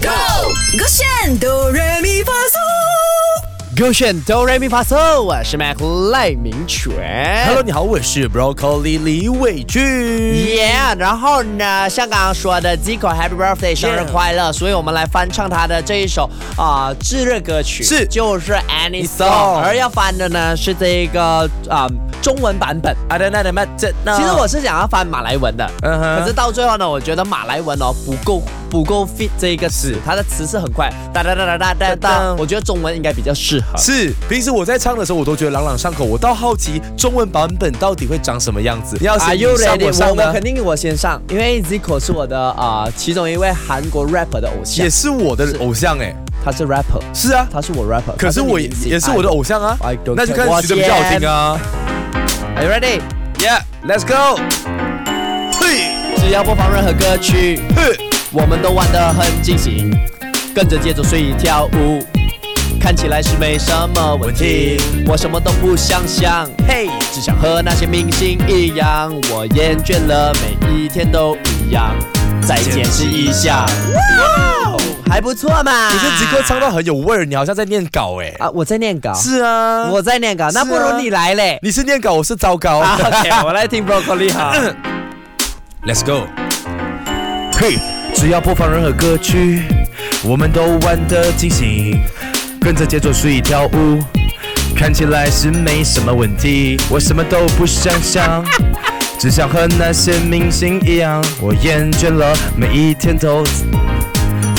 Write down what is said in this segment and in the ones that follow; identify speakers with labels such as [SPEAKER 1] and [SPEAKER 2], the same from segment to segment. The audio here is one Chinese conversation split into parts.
[SPEAKER 1] Go，勾选哆来咪发嗦，
[SPEAKER 2] 勾选哆来咪发嗦，我是麦克赖明全。
[SPEAKER 3] Hello，你好，我是 Broccoli 李伟俊。
[SPEAKER 2] Yeah，然后呢，像刚刚说的 Zico Happy Birthday 生日快乐所以我们来翻唱他的这一首啊、炙热歌曲，
[SPEAKER 3] 是
[SPEAKER 2] 就是 Any
[SPEAKER 3] Song
[SPEAKER 2] Song，而 要翻的呢是这一个啊、中文版本。
[SPEAKER 3] 阿德纳的麦这呢？
[SPEAKER 2] 其实我是想要翻马来文的
[SPEAKER 3] 嗯哼
[SPEAKER 2] 可是到最后呢，我觉得马来文哦不够不够 fit 这一个词，它的词是很快哒哒哒哒哒哒哒，
[SPEAKER 3] 当
[SPEAKER 2] 我觉得中文应该比较适合。
[SPEAKER 3] 是平时我在唱的时候，我都觉得朗朗上口。我倒好奇中文版本到底会长什么样子。你要是
[SPEAKER 2] Are you
[SPEAKER 3] 你上
[SPEAKER 2] ready？
[SPEAKER 3] 我
[SPEAKER 2] 我
[SPEAKER 3] 上
[SPEAKER 2] 我
[SPEAKER 3] 呢
[SPEAKER 2] 肯？定我先上，因为 Zico 是我的啊、呃其中一位韩国 rapper 的偶像
[SPEAKER 3] 也，是我的偶像哎、
[SPEAKER 2] 他是 rapper，
[SPEAKER 3] 是啊，
[SPEAKER 2] 他是我 rapper，
[SPEAKER 3] 可是我
[SPEAKER 2] 他
[SPEAKER 3] 也
[SPEAKER 2] 明星
[SPEAKER 3] 也是我的。偶像啊
[SPEAKER 2] I don't care，
[SPEAKER 3] 那就看谁的比较好听啊。
[SPEAKER 2] Are you ready？
[SPEAKER 3] Yeah，let's go。嘿，
[SPEAKER 2] 只要播放任何歌曲，
[SPEAKER 3] 嘿，
[SPEAKER 2] 我们都玩得很尽兴，跟着节奏随意跳舞，看起来是没什么问题。我什么都不想想，
[SPEAKER 3] 嘿，
[SPEAKER 2] 只想和那些明星一样，我厌倦了每一天都一样。再解释一下，哇哦，还不错嘛。
[SPEAKER 3] 你这吉哥唱到很有味儿，你好像在念稿哎、
[SPEAKER 2] 啊，我在念稿，
[SPEAKER 3] 是啊，
[SPEAKER 2] 我在念稿，那
[SPEAKER 3] 是
[SPEAKER 2] 不如
[SPEAKER 3] 啊
[SPEAKER 2] 你来嘞。
[SPEAKER 3] 你是念稿，我是糟糕。
[SPEAKER 2] 啊 OK，我来听 Broccoli 哈。
[SPEAKER 3] Let's go。嘿，只要播放任何歌曲，我们都玩得尽兴，跟着节奏随意跳舞，看起来是没什么问题。我什么都不想想，只想和那些明星一样，我厌倦了每一天都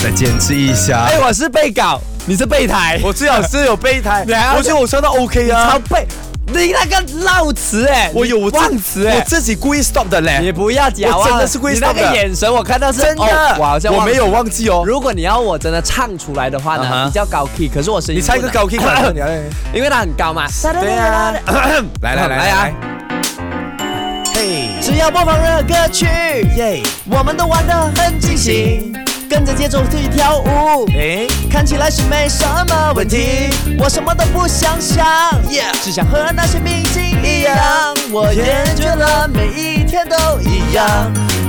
[SPEAKER 3] 再坚持一下。
[SPEAKER 2] 哎，我是背稿，你是备胎，
[SPEAKER 3] 我最好是有备胎
[SPEAKER 2] 然后
[SPEAKER 3] 我觉得我唱的 OK
[SPEAKER 2] 超
[SPEAKER 3] 啊，
[SPEAKER 2] 背。啊你那个绕词哎，
[SPEAKER 3] 我有我自
[SPEAKER 2] 忘词哎
[SPEAKER 3] 我，自己故意 stop 的
[SPEAKER 2] 你
[SPEAKER 3] 嘞，
[SPEAKER 2] 不要讲啊，
[SPEAKER 3] 我真的是故意
[SPEAKER 2] 你那个
[SPEAKER 3] stop 的
[SPEAKER 2] 眼神我看到是
[SPEAKER 3] 真的，
[SPEAKER 2] 哦我好像
[SPEAKER 3] 我
[SPEAKER 2] 忘
[SPEAKER 3] 没有。忘记哦。
[SPEAKER 2] 如果你要我真的唱出来的话
[SPEAKER 3] 啊哈
[SPEAKER 2] 呢，比较高 key，可是我声音，
[SPEAKER 3] 你唱一个高 K 版
[SPEAKER 2] 因为它很高嘛。
[SPEAKER 3] 对啊，来来来
[SPEAKER 2] 来啊
[SPEAKER 3] 来，嘿，
[SPEAKER 2] 只要播放任何歌曲，
[SPEAKER 3] 耶，
[SPEAKER 2] 我们都玩得很尽兴，跟着节奏去跳舞。
[SPEAKER 3] 哎，
[SPEAKER 2] 看起来是没什么问题，我什么都不想想只想和那些明星一样，我厌倦了每一天都一样，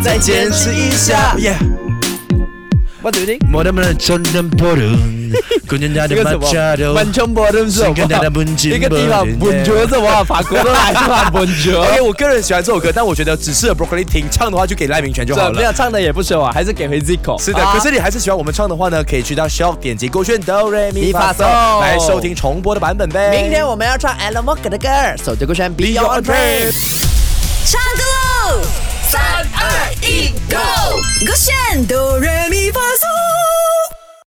[SPEAKER 2] 再坚持一下。
[SPEAKER 3] 耶。
[SPEAKER 2] What do you think？
[SPEAKER 3] 我 的们真的不懂，姑娘家的马扎都，
[SPEAKER 2] 城博顿是
[SPEAKER 3] 什么新疆的本金
[SPEAKER 2] 一个地方
[SPEAKER 3] 本金
[SPEAKER 2] 本爵怎么？法国的哎还是玩本爵
[SPEAKER 3] OK，我哎个人喜欢这首歌，但我觉得只适合 Broccoli 听，唱的话就给赖明权就好
[SPEAKER 2] 这没
[SPEAKER 3] 了。
[SPEAKER 2] 有啊唱的也不行啊，还是给回 Zico。
[SPEAKER 3] 是的，可是你还是喜欢我们唱的话呢，可以去到 Shop 点击勾选哆来咪发嗦来收听重播的版本呗。
[SPEAKER 2] 啊明天我们要唱 Alan Walker 的歌，手机歌选
[SPEAKER 3] Beyond
[SPEAKER 2] Beyond
[SPEAKER 3] Dream
[SPEAKER 2] Dream。
[SPEAKER 1] 唱歌喽！三二